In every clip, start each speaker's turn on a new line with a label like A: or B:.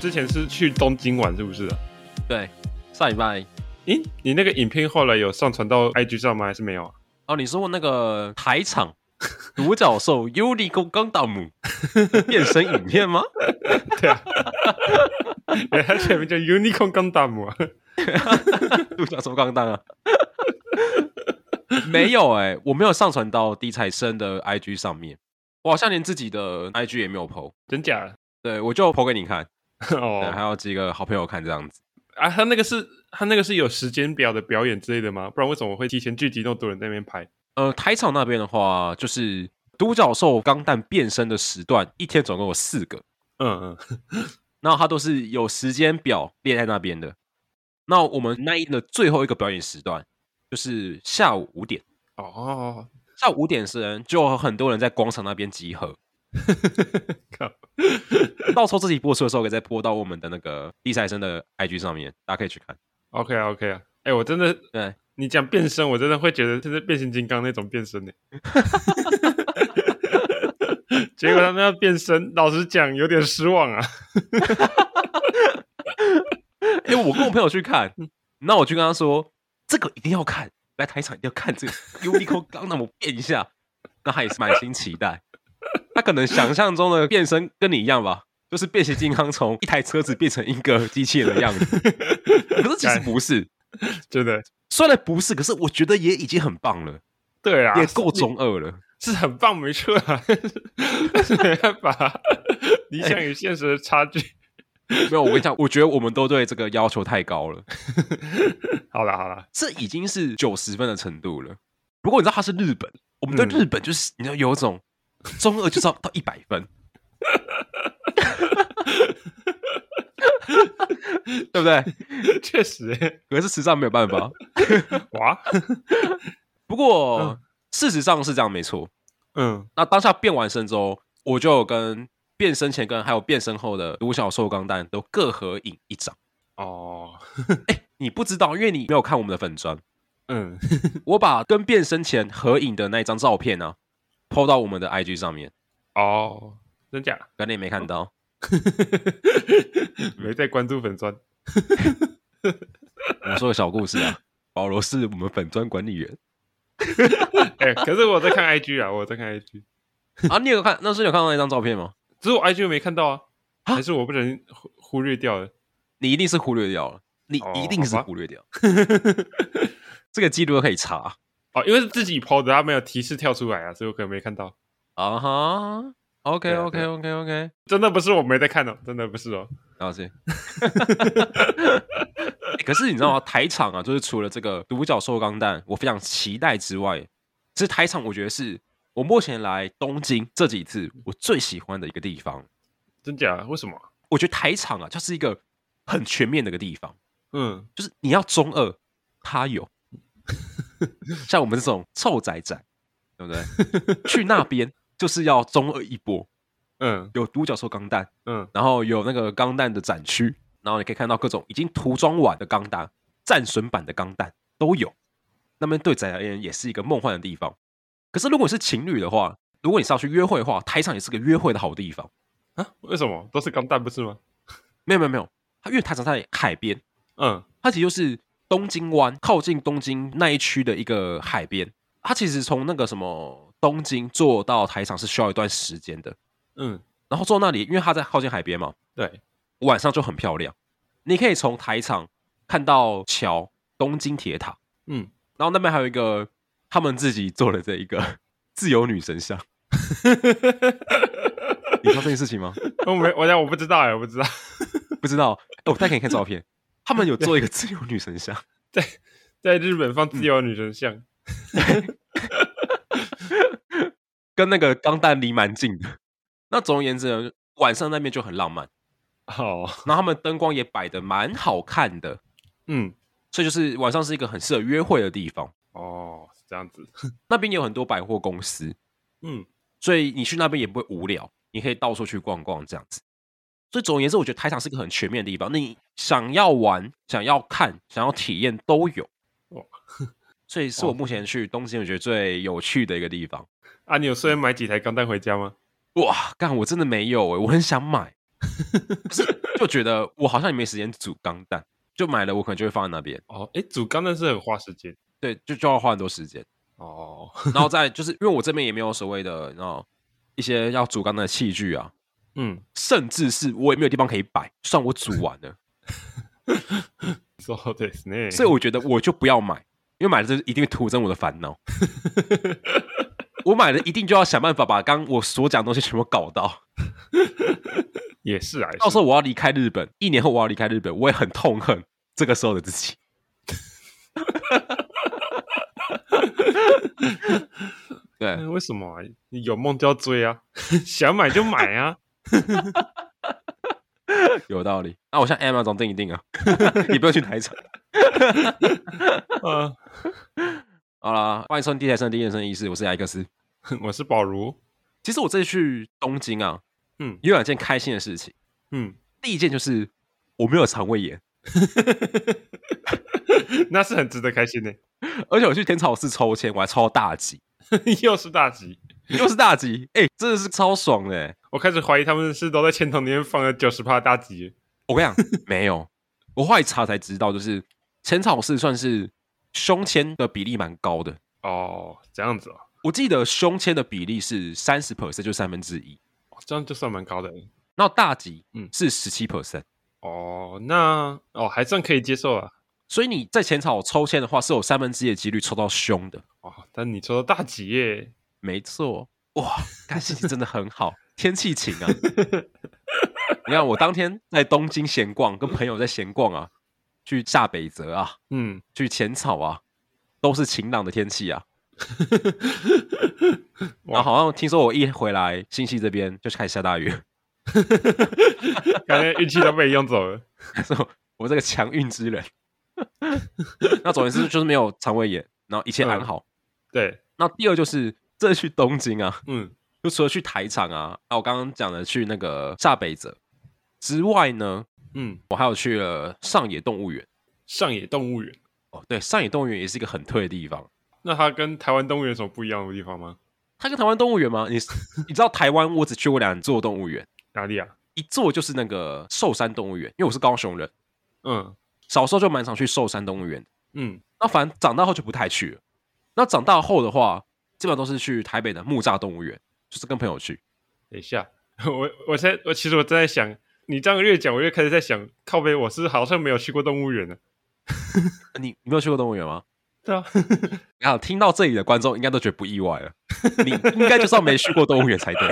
A: 之前是去东京玩是不是、啊？
B: 对，上礼拜
A: 咦，你那个影片后来有上传到 IG 上吗？还是没有啊？
B: 哦，你说那个台场 独角兽尤利公刚达姆变身影片吗？
A: 对啊，对，它前面叫 Unicorn Gundam 啊。
B: 独角兽刚当啊？ 没有哎、我没有上传到低材生的 IG 上面，我好像连自己的 IG 也没有 PO。
A: 真假？
B: 对，我就 PO 给你看，对，还
A: 哦，
B: 有几个好朋友看这样子。
A: 啊，他那个是他那个是有时间表的表演之类的吗？不然为什么会提前聚集那么多人在那边拍？
B: 呃，台场那边的话，就是独角兽钢弹变身的时段，一天总共有四个，
A: 嗯嗯，
B: 然后它都是有时间表列在那边的。那我们那一的最后一个表演时段就是下午五点，
A: 哦，
B: 下午五点时就有很多人在广场那边集合。
A: 靠，
B: 到时候自己播出的时候，可以再播到我们的那个第三生的 IG 上面，大家可以去看。
A: OK 啊 OK 啊，哎、我真的，
B: 对，
A: 你讲变身，我真的会觉得这是变形金刚那种变身呢、 结果他们要变身，老实讲有点失望啊。
B: 因为我跟我朋友去看，那我就跟他说，这个一定要看，来台场一定要看这个 Unico 刚那么变一下，那他也是满心期待。他可能想象中的变身跟你一样吧，就是变形金刚从一台车子变成一个机器人的样子。可是其实不是，
A: 真的，
B: 虽然不是，可是我觉得也已经很棒了，
A: 对啊，
B: 也够中二了。
A: 是很棒，没错啊， 但是没办 法，理想与现实的差距。
B: 没有，我跟你讲，我觉得我们都对这个要求太高了。
A: 好了好了，
B: 这已经是九十分的程度了。不过你知道他是日本，我们对
A: 嗯
B: 日本就是、你知道有一种中二就是要到一百分， 对不对？
A: 确实，
B: 可是实际上没有办法。
A: 哇，
B: 不过、事实上是这样没错。
A: 嗯
B: 那当下变完身之后，我就有跟变身前跟还有变身后的独角兽钢弹都各合影一张。
A: 哦，
B: 你不知道，因为你没有看我们的粉砖。
A: 嗯，
B: 我把跟变身前合影的那一张照片呢、啊、，PO 到我们的 IG 上面，
A: 哦，真假？
B: 可能你没看到。
A: 没在关注粉砖，嗯
B: 我说个小故事 啊，保罗是我们粉砖管理员
A: 哎、可是我在看 IG 啊，我在看 IG，嗯
B: 啊。你有看那时候有看到那张照片吗？
A: 只是我 IG 没看到啊，
B: 啊
A: 还是我不小心忽忽略掉了？
B: 你一定是忽略掉了，你
A: 哦
B: 一定是
A: 好吧
B: 忽略掉。这个记录都可 以查
A: 哦，因为是自己 PO 的，它没有提示跳出来啊，所以我可能没看到。
B: 啊哈。OK
A: 对啊
B: OK OK OK，
A: 真的不是我没在看哦，真的不是哦。
B: 了解。欸可是你知道吗？台场啊，就是除了这个独角兽钢弹，我非常期待之外，其实台场我觉得是我目前来东京这几次我最喜欢的一个地方。
A: 真假？为什么？
B: 我觉得台场啊，就是一个很全面的一个地方。
A: 嗯，
B: 就是你要中二，他有。像我们这种臭仔仔，对不对？去那边就是要中二一波，
A: 嗯
B: 有独角兽钢弹，
A: 嗯，
B: 然后有那个钢弹的展区，然后你可以看到各种已经涂装完的钢弹、战损版的钢弹都有。那边对宅而言也是一个梦幻的地方。可是如果你是情侣的话，如果你是要去约会的话，台场也是个约会的好地方。
A: 啊，为什么都是钢弹不是吗？
B: 没有没有没有，它因为台场在海边，
A: 嗯
B: 它其实就是东京湾靠近东京那一区的一个海边。它其实从那个什么东京坐到台场是需要一段时间的。
A: 嗯，
B: 然后坐那里，因为它在靠近海边嘛，
A: 对，
B: 晚上就很漂亮。你可以从台场看到桥、东京铁塔，
A: 嗯，
B: 然后那边还有一个他们自己做的这一个 自由女神像。你知道这件事情吗？
A: 我没，我讲我不知道哎，我不知道，
B: 不知道，哎，我带给你看照片。他们有做一个自由女神像，
A: 在日本放自由女神像，
B: 跟那个钢弹离蛮近的。那总而言之呢，晚上那边就很浪漫，
A: 哦，
B: 然后他们灯光也摆的蛮好看的，
A: 嗯，
B: 所以就是晚上是一个很适合约会的地方。
A: 哦，是这样子，
B: 那边也有很多百货公司，
A: 嗯
B: 所以你去那边也不会无聊，你可以到处去逛逛这样子。所以总而言之，我觉得台场是个很全面的地方，你想要玩、想要看、想要体验都有
A: 哇。
B: 所以是我目前去东京我觉得最有趣的一个地方。
A: 啊，你有顺便买几台钢弹回家吗？
B: 欸哇，干我真的没有诶、我很想买，不是就觉得我好像也没时间煮钢蛋，就买了我可能就会放在那边，
A: 哦，哎，煮钢蛋是很花时间
B: 对，就就要花很多时间。
A: 哦。
B: 然后再就是因为我这边也没有所谓的，然后一些要煮钢蛋的器具啊，
A: 嗯，
B: 甚至是我也没有地方可以摆，算我煮完了，
A: そうですね。
B: 所以我觉得我就不要买，因为买了这一定会徒增我的烦恼。我买了一定就要想办法把刚我所讲的东西全部搞到，
A: 也是啊，也是
B: 到时候我要离开日本，一年后我要离开日本，我也很痛恨这个时候的自己。对，
A: 嗯为什么啊？你有梦就要追啊， 想买就买啊。
B: 有道理。那我像 Amazon 订一订啊， 你不用去台场。
A: 呃，
B: 好啦，欢迎收听《地台生第一人生意识》，我是艾克斯。
A: 我是宝如。
B: 其实我这次去东京啊，
A: 嗯
B: 有两件开心的事情。
A: 嗯，
B: 第一件就是我没有肠胃炎，
A: 那是很值得开心的，
B: 而且我去天草寺抽签，我还抽到大吉，
A: 又是大吉。
B: 又是大吉，哎、真的是超爽的、欸。
A: 我开始怀疑他们是都在签筒里面放了九十趴大吉。
B: 我跟你讲，没有，我后来查才知道，就是浅草寺算是胸签的比例蛮高的。
A: 哦，这样子哦，
B: 我记得胸签的比例是三十 percent，就三分之一。
A: 哦这样就算蛮高的。
B: 然后大吉，
A: 嗯
B: 是十七 percent。
A: 哦，那哦还算可以接受啊。
B: 所以你在浅草抽签的话，是有三分之一的几率抽到胸的。
A: 哦，但你抽到大吉耶，
B: 没错，哇，看心情真的很好，天气晴啊。你看我当天在东京闲逛，跟朋友在闲逛啊，去下北泽啊，
A: 嗯，
B: 去浅草啊，都是晴朗的天气啊。
A: 哇
B: 然后好像听说我一回来新系这边就开始下大雨，
A: 感觉运气都被你用走了。
B: 所以我这个强运之人。 那总而言之就是没有肠胃炎，然后一切安好。
A: 对，
B: 那第二就是这去东京啊，
A: 嗯
B: 就除了去台场啊，啊我刚刚讲的去那个下北泽之外呢，
A: 嗯，
B: 我还有去了上野动物园。
A: 上野动物园，
B: 哦，对，上野动物园也是一个很特别的地方。
A: 那它跟台湾动物园有什么不一样的地方吗？
B: 它跟台湾动物园吗？你 你知道台湾我只去过两座动物园，
A: 哪里啊？
B: 一座就是那个寿山动物园，因为我是高雄人，
A: 嗯
B: 小时候就蛮常去寿山动物园。
A: 嗯，
B: 那反正长大后就不太去了。那长大后的话，基本上都是去台北的木栅动物园，就是跟朋友去。
A: 等一下， 我我在我其实我正在想，你这样越讲，我越开始在想，靠北，我是好像没有去过动物园呢。
B: 呃你你没有去过动物园吗？
A: 对啊，
B: 啊，听到这里的观众应该都觉得不意外了，你应该就是要没去过动物园才对。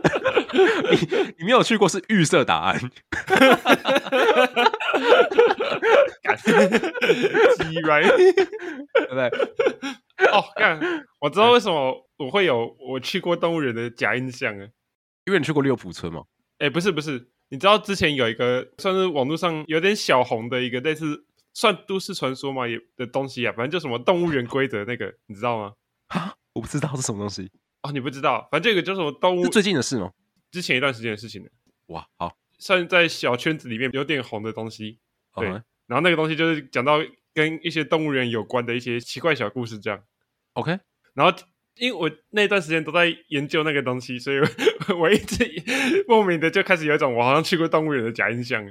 B: 你你没有去过是预设答案，
A: 干鸡歪
B: 对不对？
A: 哦，干，我知道为什么我会有我去过动物园的假印象了。
B: 因为你去过六浦村嘛，
A: 哎，不是不是，你知道之前有一个算是网络上有点小红的一个类似算都市传说嘛也的东西啊，反正就什么动物园规则那个，你知道吗？
B: 啊，我不知道是什么东西，
A: 哦，你不知道，反正这个叫什么动物
B: 是，最近的事吗？
A: 之前一段时间的事情了，
B: 哇，好，
A: 算在小圈子里面有点红的东西。对
B: 嗯哼
A: 然后那个东西就是讲到跟一些动物园有关的一些奇怪小故事这样。
B: ，OK，
A: 然后因为我那段时间都在研究那个东西，所以 我我一直莫名的就开始有一种我好像去过动物园的假印象。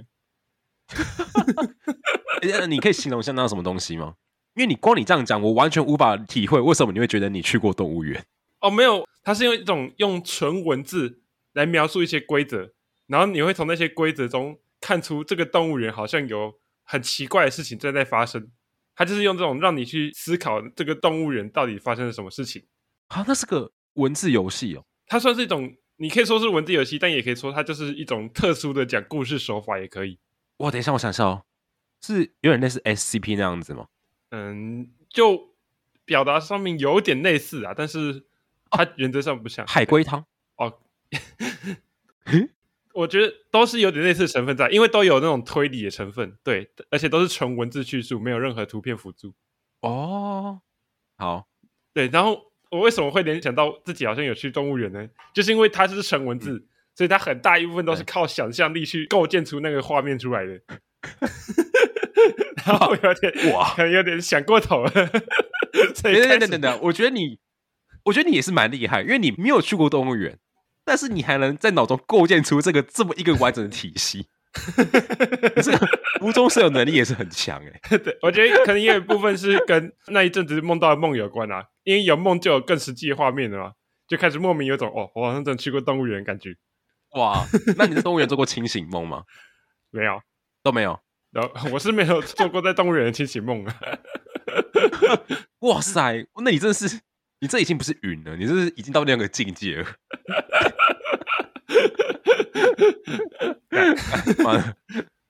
B: 诶呃你可以形容一下那是什么东西吗？因为你光你这样讲，我完全无法体会为什么你会觉得你去过动物园。
A: 哦，没有，它是用一种用纯文字来描述一些规则，然后你会从那些规则中看出这个动物园好像有很奇怪的事情正在发生。它就是用这种让你去思考这个动物园到底发生了什么事情。
B: 啊，那是个文字游戏哦。
A: 它算是一种，你可以说是文字游戏，但也可以说它就是一种特殊的讲故事手法，也可以。
B: 哇，等一下，我想一下哦，是有点类似 SCP 那样子吗？
A: 嗯，就表达上面有点类似啊，但是它原则上不像。
B: 哦海龟汤
A: 哦，
B: 嗯
A: 我觉得都是有点类似的成分在，因为都有那种推理的成分，对，而且都是纯文字叙述，没有任何图片辅助。
B: 哦，好，
A: 对，然后我为什么会联想到自己好像有去动物园呢？就是因为它是纯文字，
B: 嗯
A: 所以它很大一部分都是靠想象力去构建出那个画面出来的。 然后有点
B: 哇
A: 可能有点想过头了。所以
B: 等
A: 开
B: 等
A: 始
B: 等等等，我觉得你，我觉得你也是蛮厉害，因为你没有去过动物园，但是你还能在脑中构建出这个这么一个完整的体系，你这个无中生有能力也是很强哎、
A: 对，我觉得可能也有一部分是跟那一阵子梦到的梦有关啊，因为有梦就有更实际的画面了嘛，就开始莫名有种哦，我好像真的去过动物园的感觉。
B: 哇，那你在动物园做过清醒梦吗？
A: 没有，
B: 都没有。
A: 然后 我是没有做过在动物园的清醒梦啊。
B: 哇塞，那你真的是，你这已经不是云了，你这是已经到另一个境界了。 妈的，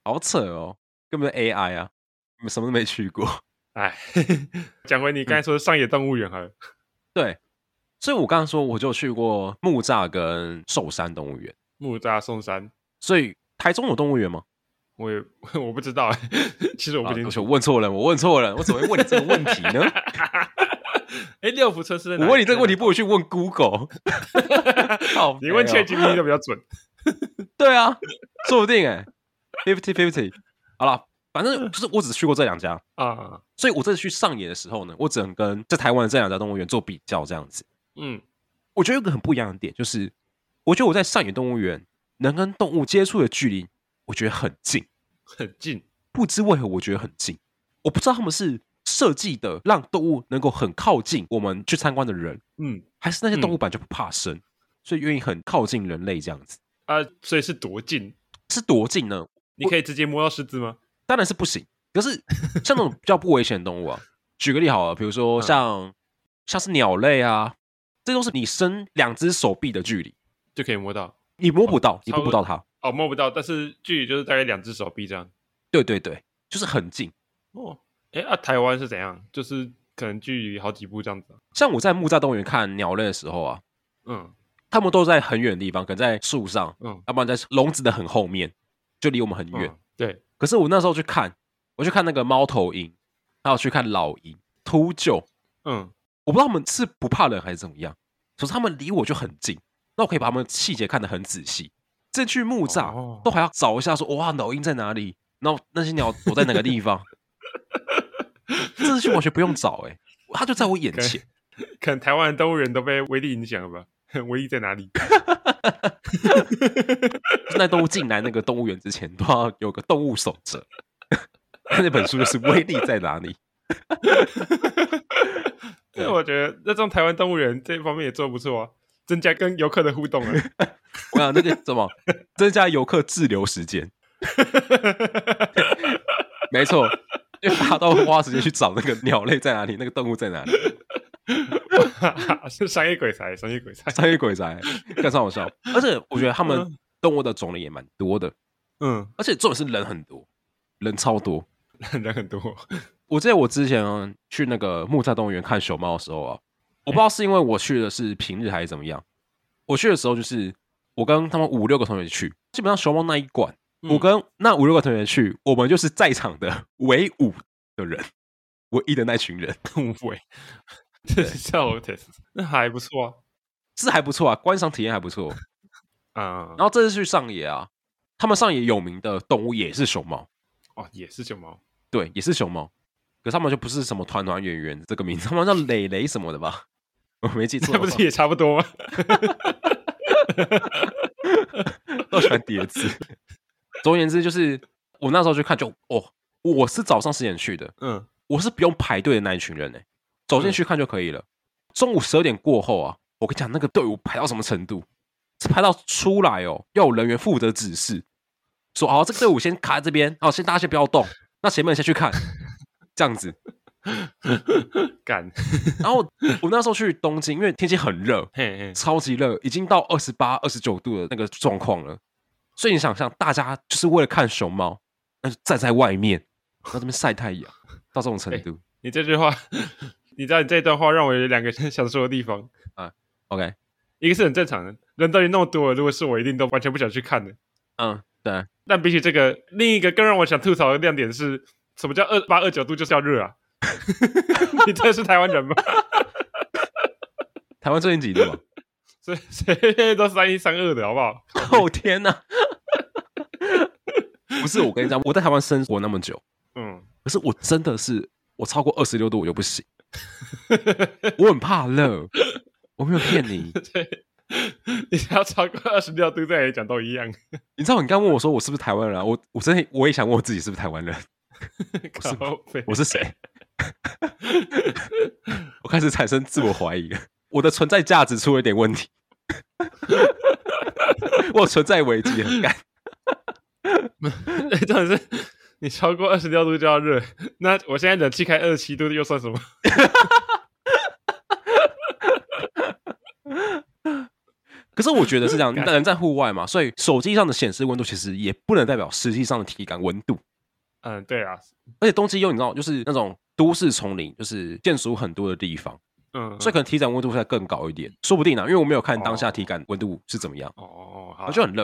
B: 好扯哦，根本是 AI 啊！你们什么都没去过。
A: 哎， 讲回你刚才说的上野动物园好了，
B: 对，所以我刚刚说我就去过木栅跟寿山动物园，
A: 木栅松山，
B: 所以台中有动物园吗？
A: 我也 我不知道，其实我不
B: 啊
A: 清
B: 对不起
A: 楚。
B: 我问错了，我问错了，我怎么会问你这个问题 呢？
A: 哎，六福村是在哪
B: 我
A: 里
B: 问你这个问题，不如去问 Google。靠
A: 你问
B: 北哦
A: ChatGPT 都比较准。
B: 对啊，说不定哎，fifty fifty。好了，反正就是我只去过这两家，
A: 啊，
B: 所以我这次去上野的时候呢，我只能跟在台湾的这两家动物园做比较，这样子。
A: 嗯
B: 我觉得有一个很不一样的点，就是我觉得我在上野动物园能跟动物接触的距离，我觉得很近。
A: 很近，
B: 不知为何，我觉得很近。我不知道他们是设计的让动物能够很靠近我们去参观的人，
A: 嗯
B: 还是那些动物本来就不怕生，所以愿意很靠近人类这样子。
A: 啊，所以是多近？
B: 是多近呢？
A: 你可以直接摸到狮子吗？
B: 当然是不行。可是像那种比较不危险的动物啊，举个例好了，比如说
A: 嗯
B: 像、像是鸟类啊，这都是你伸两只手臂的距离，
A: 就可以摸到。
B: 你摸不到，你
A: 差不
B: 摸不
A: 多
B: 到它。
A: 哦，摸不到，但是距离就是大概两只手臂这样。
B: 对对对，就是很近。
A: 哦，哎啊，台湾是怎样？就是可能距离好几步这样子啊。
B: 像我在木栅动物园看鸟类的时候啊，
A: 嗯
B: 它们都在很远的地方，可能在树上，
A: 嗯，
B: 要不然在笼子的很后面，就离我们很远。
A: 嗯对，
B: 可是我那时候去看，我去看那个猫头鹰，还有去看老鹰、秃鹫，
A: 嗯
B: 我不知道他们是不怕人还是怎么样，可是他们离我就很近，那我可以把他们细节看得很仔细。这去木栅、
A: 哦
B: 都还要找一下说哇，老鹰在哪里？然后那些鸟躲在哪个地 方？这去完全不用找哎、欸，它就在我眼前。
A: 可能台湾的动物园都被威力影响了吧？ 威力在哪里？
B: 就是在动物进来那个动物园之前，都要有个动物守则。 那本书就是威力在哪里？对
A: 那我觉得那种台湾动物园这方面也做得不错啊，增加跟游客的互动啊。
B: 我想那个什么，增加游客滞留时间。没错，因为大家都花时间去找那个鸟类在哪里，那个动物在哪里，
A: 是商业鬼才，商业鬼才。
B: 商业鬼宅更超好笑。而且我觉得他们
A: 嗯
B: 动物的种类也蛮多的，
A: 嗯，
B: 而且重点是人很多，人超多。
A: 人很多。
B: 我记得我之前啊去那个木栅动物园看熊猫的时候啊，我不知道是因为我去的是平日还是怎么样，我去的时候就是我跟他们五六个同学去，基本上熊猫那一馆，
A: 嗯
B: 我跟那五六个同学去，我们就是在场的唯五的人，唯一的那群人，
A: 动物哎，这是笑的，那还不错
B: 是还不错啊，观赏体验还不错。
A: 啊。啊、
B: 然后这次去上野啊，他们上野有名的动物也是熊猫，
A: 哦，也是熊猫。
B: 对，也是熊猫，可是他们就不是什么团团圆圆这个名字，他们叫磊磊什么的吧， 我没记 错
A: 那
B: 的话，
A: 不是也差不多吗？
B: 都喜欢叠字。 总而言之，就是我那时候去看就，哦，我是早上十点去的，
A: 嗯，
B: 我是不用排队的那一群人呢、欸走进去看就可以了。中午十二点过后啊，我跟你讲，那个队伍排到什么程度？是排到出来哦，要有人员负责指示，说好这个队伍先卡在这边，好，先大家先不要动，那前面先去看， 这样子。
A: 干，
B: 然后我那时候去东京，因为天气很热，
A: 嘿嘿，
B: 超级热，已经到二十八、二十九度的那个状况了。所以你想象，大家就是为了看熊猫，那就站在外面，然后这边晒太阳，到这种程度。
A: 你这句话，你知道你这段话让我有两个 想说的地方，
B: OK，
A: 一个是很正常的，人都已经那么多了，如果是我，一定都完全不想去看的。
B: 嗯，对，
A: 但比起这个，另一个更让我想吐槽的亮点是，什么叫二八二九度就是要热啊？ 你真的是台湾人吗？
B: 台湾最近几度啊？
A: 谁谁都三一三二的好不好？
B: 哦天哪！ 不是，我跟你讲，我在台湾生活那么久，
A: 嗯，
B: 可是我真的是，我超过二十六度我就不行，我很怕热，我没有骗你，
A: 对，你只要超过二十六度再来讲都一样。
B: 你知道你刚问我说我是不是台湾人啊？我我真的我也想问我自己是不是台湾人，是
A: 靠背
B: 我是谁？ 我开始产生自我怀疑了，我的存在价值出了一点问题， 我有存在危机很干。
A: 对，重点是你超过二十六度就要热。那我现在冷气开二十七度又算什么？
B: 可是我觉得是这样，人在户外嘛，所以手机上的显示温度其实也不能代表实际上的体感温度。
A: 嗯，对啊，
B: 而且东京又你知道，就是那种都市丛林，就是建筑很多的地方，
A: 嗯，
B: 所以可能体感温度会再更高一点，说不定啊呢、因为我没有看当下体感温度是怎么样，
A: 哦，
B: 然
A: 好，
B: 后就很热，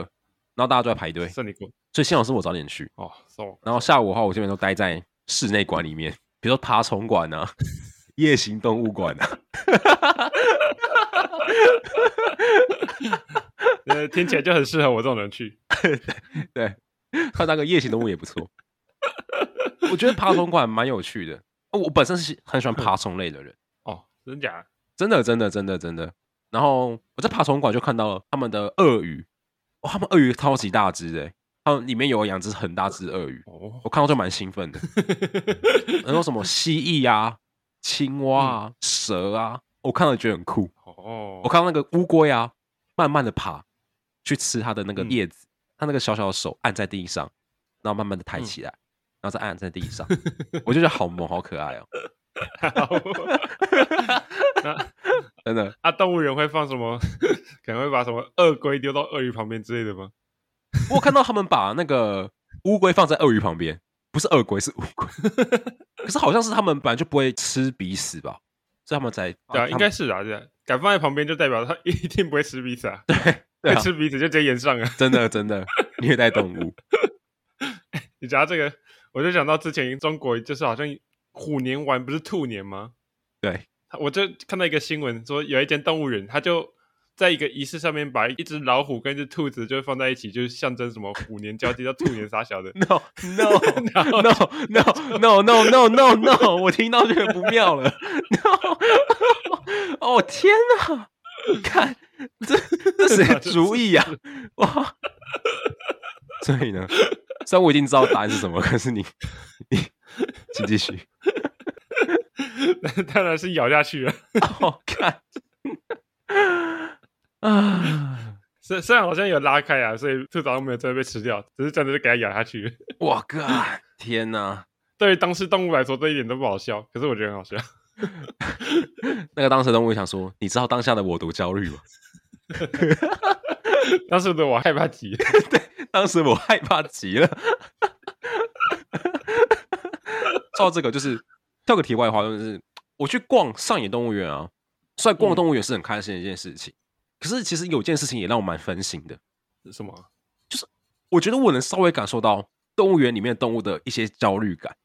B: 然后大家都在排队，
A: 算你过
B: 所以幸好是我早点去，
A: 哦，送
B: 然后下午的话，我这边都待在室内馆里面，比如说爬虫馆啊、 夜行动物馆啊，
A: 呃，听起来就很适合我这种人去。
B: 对，看那个夜行动物也不错。我觉得爬虫馆蛮有趣的，哦我本身是很喜欢爬虫类的人。
A: 哦，真假？
B: 真的，真的，真的，真的。然后我在爬虫馆就看到了他们的鳄鱼，哇、他们鳄鱼超级大只的欸，他们里面有养只很大只的鳄鱼，
A: 哦，
B: 我看到就蛮兴奋的。然后什么蜥蜴啊、青蛙啊、蛇啊，我看了觉得很酷。
A: 哦，
B: 我看到那个乌龟啊，慢慢的爬去吃它的那个
A: 嗯
B: 叶子，它那个小小的手按在地上，然后慢慢的
A: 嗯
B: 抬起来，然后再按在地 上，我就觉得好萌，好可爱哦，
A: 那
B: 真的。
A: 啊，动物园会放什么？ 可能会把什么鳄龟丢到鳄鱼旁边之类的吗？
B: 我看到他们把那个乌龟放在鳄鱼旁边，不是鳄龟是乌龟，可是好像是他们本来就不会吃彼此吧，所以他们才
A: 对啊，应
B: 他们
A: 该是啊，对啊，敢放在旁边就代表它 一定不会吃彼此啊，
B: 对啊
A: 会吃彼此就直接演上啊。
B: 真的真的虐待动物，
A: 你讲到这个，我就想到之前中国就是好像虎年完不是兔年吗？
B: 对，。
A: 我就看到一个新闻说，有一间动物园，它就在一个仪式上面把一只老虎跟一只兔子就放在一起，就是象征什么虎年交接到兔年啥小的
B: no no no no no no no no no，我听到觉得不妙了，no，哦 天哪，看这这谁 的主意呀、哇！ 所以呢，虽然我已经知道答案是什么，可是你你请继续。
A: 当然是咬下去了。
B: 好哦看啊！
A: 虽虽然好像有拉开啊，所以兔早上没有真的被吃掉，只是真的就给它咬下去 了。
B: 我靠，天哪！
A: 对于当事动物来说，这一点都不好笑，可是我觉得很好笑。
B: 那个当时的我也想说，你知道当下的我多焦虑吗？
A: 当时的我害怕极了，
B: 当时我害怕极了。说到这个，就是跳个题外话，就是我去逛上野动物园啊，虽然逛
A: 嗯
B: 动物园是很开心的一件事情，可是其实有件事情也让我蛮分心的。
A: 什么？
B: 我觉得我能稍微感受到动物园里面动物的一些焦虑感。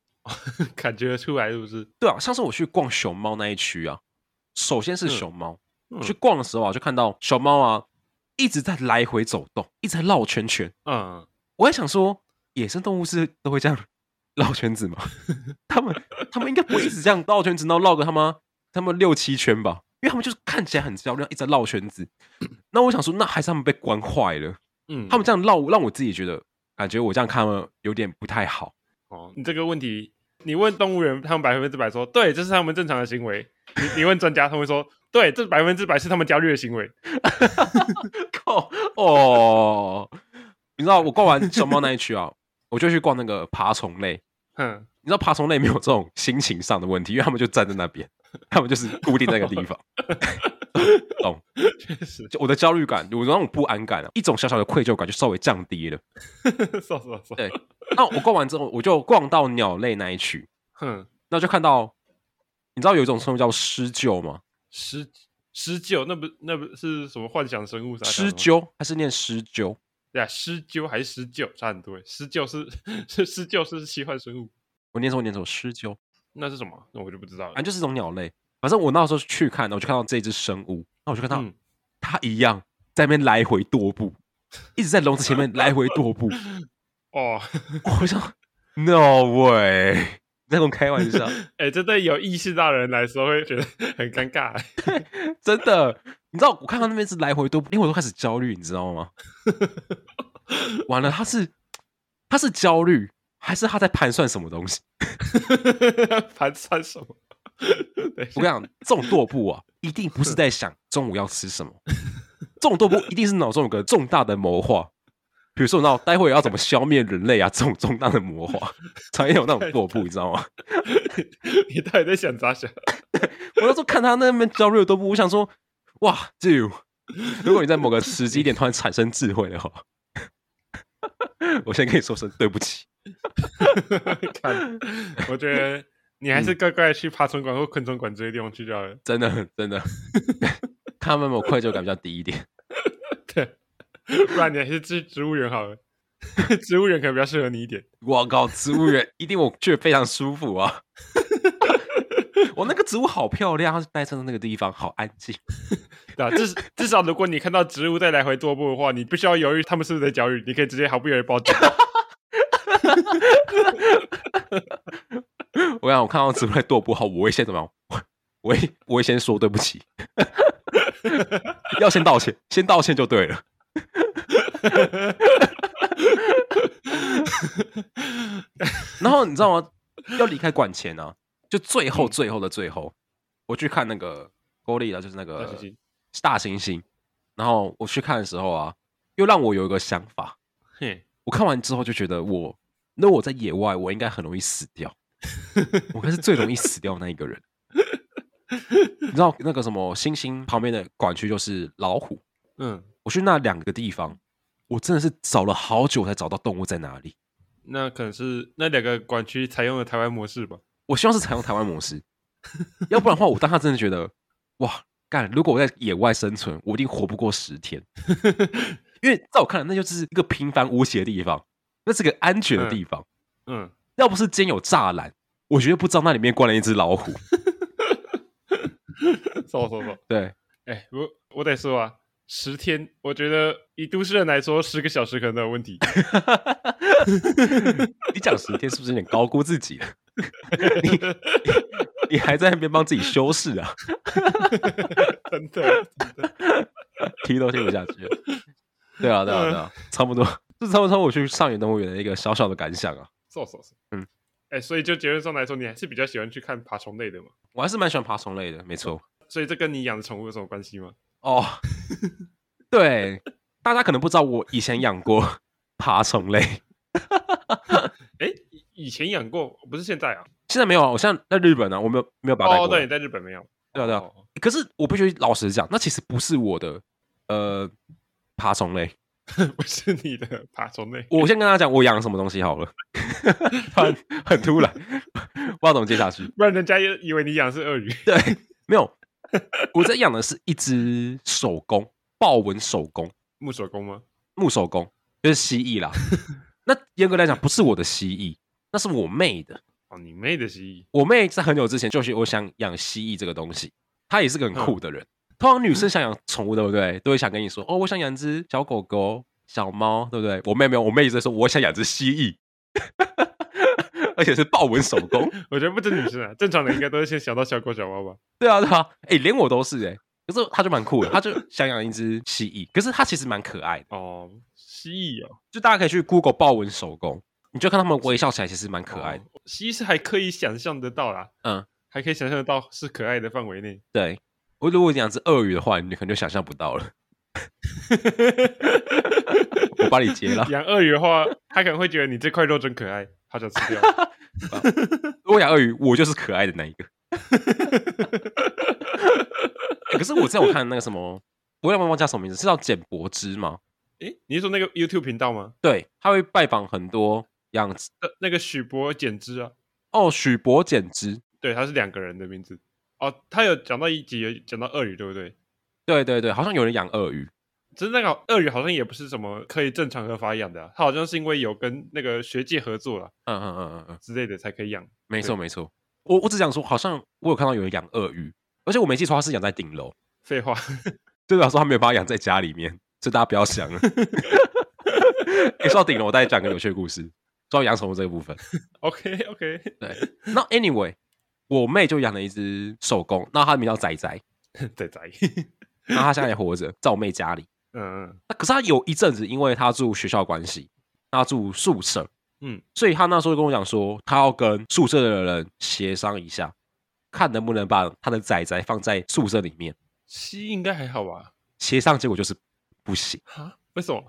A: 感觉出来是不是？
B: 对啊，上次我去逛熊猫那一区啊，首先是
A: 嗯
B: 熊猫，
A: 嗯
B: 我去逛的时候啊，就看到熊猫啊一直在来回走动，一直在绕圈圈。
A: 嗯，
B: 我在想说，野生动物是都会这样绕圈子吗？ 他们他们应该不会一直这样绕圈子，然后绕个他妈他们六七圈吧，因为他们就是看起来很焦虑，一直在绕圈子。那我想说，那还是他们被关坏了。
A: 嗯
B: 他们这样绕，让我自己觉得感觉我这样看他们有点不太好。
A: 哦，你这个问题，你问动物园，他们百分之百说对，这是他们正常的行为。你你问专家，他们会说对，这百分之百是他们焦虑的行为。
B: 靠哦！你知道我逛完熊猫那一区啊，我就去逛那个爬虫类。
A: 哼，
B: 你知道爬虫类没有这种心情上的问题，因为他们就站在那边，他们就是固定在那个地方。懂？
A: 确实，
B: 就我的焦虑感，我那种不安感啊，一种小小的愧疚感就稍微降低了。
A: 说说说，
B: 对那我逛完之后，我就逛到鸟类那一区，
A: 哼，
B: 那就看到，你知道有一种生物叫狮鹫吗？
A: 狮狮鹫，那不那不是什么幻啊想生物啥？
B: 狮，鹫，它是念狮鹫。
A: 对啊，狮鹫还是狮鹫，差很多耶。狮鹫是 是狮鹫是奇幻生物，
B: 我念错，我念错，狮鹫，
A: 那是什么？那我就不知道了
B: 反正。就是一种鸟类。反正我那时候去看，我就看到这只生物，那我就看到
A: 嗯，
B: 它一样在那边来回踱步，一直在笼子前面来回踱步。
A: 哦，
B: 我想，No way，你在跟我开玩笑，
A: 哎、这对有意识到的人来说会觉得很尴尬耶。
B: 真的。你知道我看到那边是来回都，因为我都开始焦虑，你知道吗？完了，他是他是焦虑，还是他在盘算什么东西？
A: 欸 盘算什么？对
B: 我跟你讲，这种踱步啊，一定不是在想中午要吃什么，这种踱步一定是脑中有个重大的谋划，比如说，你知道待会要怎么消灭人类啊，这种重大的谋划才有那种踱步，你知道吗？
A: 你到底在想咋想？
B: 我那时候看他那边焦虑的踱步，我想说，哇，就如果你在某个时机点突然产生智慧的话，我先跟你说声对不起。
A: 看，我觉得你还是乖乖地去爬虫馆或昆虫馆这些地方去就好了。
B: 真的真的，他们有愧疚感比较低一点。
A: 对，不然你还是去植物园好了。 植物园可能比较适合你一点。
B: 我靠，植物园一定我去得非常舒服啊！ 我那个植物好漂亮，它是待在那个地方好安静。
A: 对啊，至至少如果你看到植物在来回踱步的话，你不需要犹豫它们是不是在焦虑，你可以直接毫不犹豫报警。
B: 我想我看到植物在踱步后，我会先怎么样？ 我我会我会先说对不起， 要先道歉，先道歉就对了。然后你知道吗？要离开馆前啊，就最
A: 嗯
B: 后最后的最后，我去看那个郭丽啊，就是那个
A: 大猩猩
B: 大猩猩。然后我去看的时候啊，又让我有一个想法。
A: 嘿，
B: 我看完之后就觉得我，那我在野外，我应该很容易死掉。我应该是最容易死掉的那一个人。你知道那个什么星星旁边的管区就是老虎，
A: 嗯，
B: 我去那两个地方，我真的是找了好久才找到动物在哪里。
A: 那可能是那两个管区采用了台湾模式吧。
B: 我希望是采用台湾模式，要不然的话，我当下真的觉得，哇，干！如果我在野外生存，我一定活不过十天，因为在我看来，那就是一个平凡无奇的地方，那是个安全的地方。
A: 嗯，
B: 要不是间有栅栏，我绝对不知道那里面关了一只老虎。
A: 走走走。
B: 对，
A: 哎，我我得说啊，十天，我觉得以都市人来说，十个小时可能都有问题。
B: 你讲十天是不是有点高估自己了？ 你你你还在那边帮自己修饰啊？
A: 真的，
B: 听都听不下去了。对啊，对啊，对
A: 嗯
B: 啊，差不多，这差不多我去上野动物园的一个小小的感想啊。
A: 走走走。
B: 嗯，
A: 哎，所以就结论上来说，你还是比较喜欢去看爬虫类的嘛？
B: 我还是蛮喜欢爬虫类的，没错。
A: 所以这跟你养的宠物有什么关系吗？
B: 哦，对，大家可能不知道，我以前养过爬虫类，
A: 哎，以以前养过，不是现在啊。
B: 现在没有啊。我现在在日本呢、啊，我没有没有把它带过
A: 哦，
B: 来。
A: 对，你在日本没有？
B: 对啊对啊
A: 哦
B: 可是我必须老实讲，那其实不是我的呃爬虫类。
A: 不是你的爬虫类。
B: 我先跟大家讲，我养了什么东西好了， 突然 很突然，不知道怎么接下去。
A: 不然人家也以为你养的是鳄鱼。
B: 没有，我在养的是一只手工豹纹手工
A: 木手工吗？
B: 木手工，就是蜥蜴啦。 那严格来讲，不是我的蜥蜴，那是我妹的。
A: 哦，你妹的蜥蜴。
B: 我妹在很久之前就是我想养蜥蜴这个东西，她也是个很酷的人。通常女生想养宠物，对不对？都会想跟你说，哦，我想养只小狗狗、小猫，对不对？我妹没有，我妹一直在说我想养只蜥蜴， 而且是豹纹手工。
A: 我觉得不止女生 啊，正常人应该都是先想到小狗、小猫吧。
B: 对啊，对啊，哎、连我都是哎、可是她就蛮酷的，她就想养一只蜥蜴，可是她其实蛮可爱的，
A: 哦，蜥蜴哦，
B: 就大家可以去 Google 豹纹手工，你就看他们微笑起来其实蛮可爱的。
A: 哦蜥蜴是还可以想象得到啦，
B: 嗯，
A: 还可以想象得到是可爱的范围内。
B: 对我如果养只鳄鱼的话，你可能就想象不到了。我把你截了。
A: 养鳄鱼的话，它可能会觉得你这块肉真可爱，好想吃掉。
B: 如果养鳄鱼，我就是可爱的那一个。欸可是我之前我看那个什么，我也忘忘记叫什么名字，是叫简柏之吗？
A: 诶，你是说那个 YouTube 频道吗？
B: 对，他会拜访很多养殖
A: 那那个许博简之啊，
B: 哦，许博简之，
A: 对，他是两个人的名字。哦，他有讲到一集，有讲到鳄鱼，对不对？
B: 对对对，好像有人养鳄鱼，
A: 只是那个鳄鱼好像也不是什么可以正常合法养的、啊，它好像是因为有跟那个学界合作了
B: 嗯嗯嗯嗯嗯，
A: 之类的才可以养。
B: 没错没错，我我只想说，好像我有看到有人养鳄鱼，而且我没记错，他是养在顶楼，
A: 废话，
B: 就表示他没有把它养在家里面，所以大家不要想了。欸说到顶楼，我再讲个有趣的故事，说到养宠物这个部分。
A: OK OK，
B: 对，那 anyway，我妹就养了一只手工，那它的名叫仔仔。
A: 仔仔，
B: 那他现在也活着，在我妹家里。
A: 嗯
B: 那可是他有一阵子，因为他住学校关系，他住宿舍，
A: 嗯，
B: 所以他那时候跟我讲说，他要跟宿舍的人协商一下，看能不能把他的仔仔放在宿舍里面。
A: 西应该还好吧？
B: 协商结果就是不行，
A: 哈，为什么？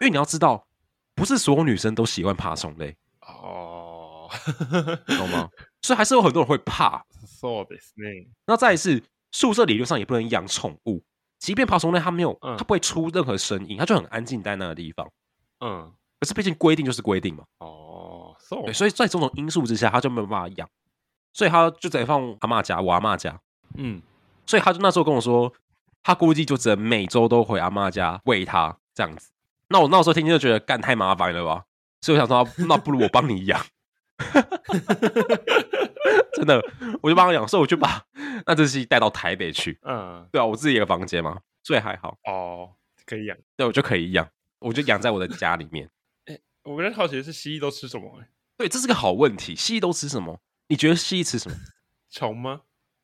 B: 因为你要知道，不是所有女生都喜欢爬虫类，
A: 哦，
B: 懂吗？所以还是有很多人会怕。
A: そうですね。
B: 那再来是宿舍理论上也不能养宠物，即便爬虫类它没有，
A: 嗯
B: 它不会出任何声音，它就很安静在那个地方。
A: 嗯，
B: 可是毕竟规定就是规定嘛，
A: 哦，そう
B: 对，。所以在种种因素之下，他就没有办法养，所以他就只能放阿嬷家，我阿嬷家。
A: 嗯，
B: 所以他就那时候跟我说，他估计就只能每周都回阿嬷家喂它这样子。那我那时候听听就觉得干太麻烦了吧，所以我想说，那不如我帮你养， 真的，我就帮他养，所以我就把那只蜥蜴带到台北去。
A: 嗯，
B: 对啊，我自己的房间嘛，所以还好，
A: 哦，可以养。
B: 对我就可以养，我就养在我的家里面。
A: 我比较好奇的是蜥蜴都吃什么、欸？
B: 对，这是个好问题。蜥蜴都吃什么？你觉得蜥蜴吃什么？
A: 虫吗？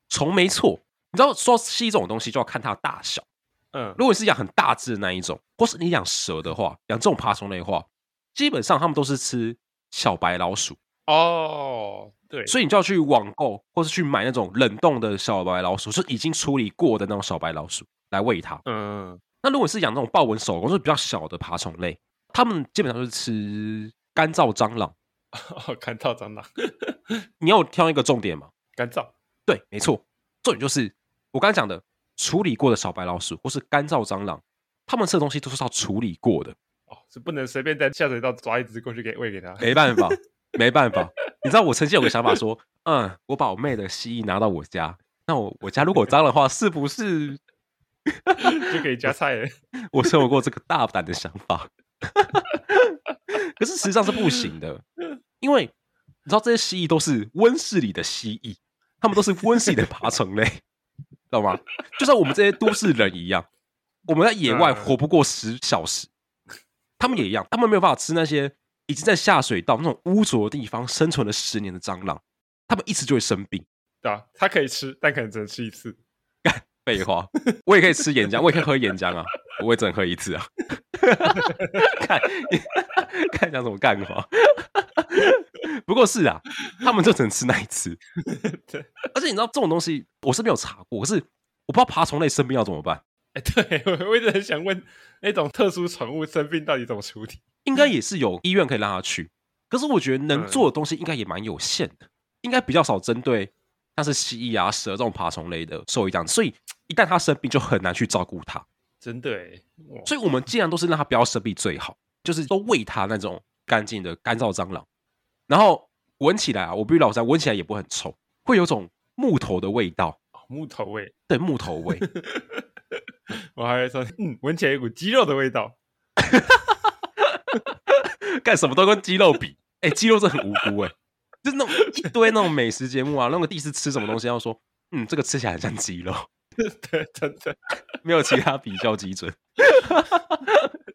B: 虫没错，你知道说蜥蜴这种东西就要看它的大小。
A: 嗯，
B: 如果你是养很大只的那一种，或是你养蛇的话，养这种爬虫类的话，基本上它们都是吃小白老鼠，
A: 哦，对，
B: 所以你就要去网购或是去买那种冷冻的小白老鼠，就是已经处理过的那种小白老鼠来喂它。
A: 嗯，
B: 那如果是养那种豹纹手工，就是比较小的爬虫类，它们基本上就是吃干燥蟑螂。
A: 哦，干燥蟑螂，
B: 你要挑一个重点嘛？
A: 干燥，
B: 对，没错，重点就是我刚才讲的，处理过的小白老鼠或是干燥蟑螂，它们吃的东西都是要处理过的，
A: 哦，是不能随便在下水道抓一只过去给喂给它。
B: 没办法，没办法。你知道我曾经有个想法说，嗯，我把我妹的蜥蜴拿到我家，那我我家如果有蟑螂的话，是不是
A: 就可以加菜了。
B: 我曾有过这个大胆的想法， 可是实际上是不行的，因为你知道这些蜥蜴都是温室里的蜥蜴，它们都是温室里的爬虫类，知道吗？就像我们这些都市人一样，我们在野外
A: 嗯
B: 活不过十小时，他们也一样，他们没有办法吃那些已经在下水道那种污浊的地方生存了十年的蟑螂，他们一直就会生病。
A: 对啊，它可以吃，但可能只能吃一次。
B: 废话，我也可以吃岩浆，我也可以喝岩浆啊，我也只能喝一次啊。 看， 看讲什么干话？不过是啊，他们就只能吃那一次。
A: 对，
B: 而且你知道这种东西，我是没有查过，可是我不知道爬虫类生病要怎么办，
A: 哎、对 我我一直很想问，那种特殊宠物生病到底怎么处理？
B: 应该也是有医院可以让他去。可是我觉得能做的东西应该也蛮有限的，应该比较少针对像是蜥蜴啊、蛇这种爬虫类的兽医这样子，所以一旦它生病就很难去照顾它。
A: 真的哎，哇
B: 所以我们尽量都是让它不要生病最好，就是都喂它那种干净的干燥蟑螂，然后闻起来啊，我必须老实讲，闻起来也不会很臭，会有种木头的味道，
A: 木头味，
B: 对，木头味，
A: 我还会说，嗯，闻起来有股鸡肉的味道。
B: 干什么都跟鸡肉比，哎、鸡肉是很无辜哎、就是那种一堆那种美食节目啊，那个第一次吃什么东西，要说，嗯，这个吃起来很像鸡肉，
A: 对，真的
B: 没有其他比较基准。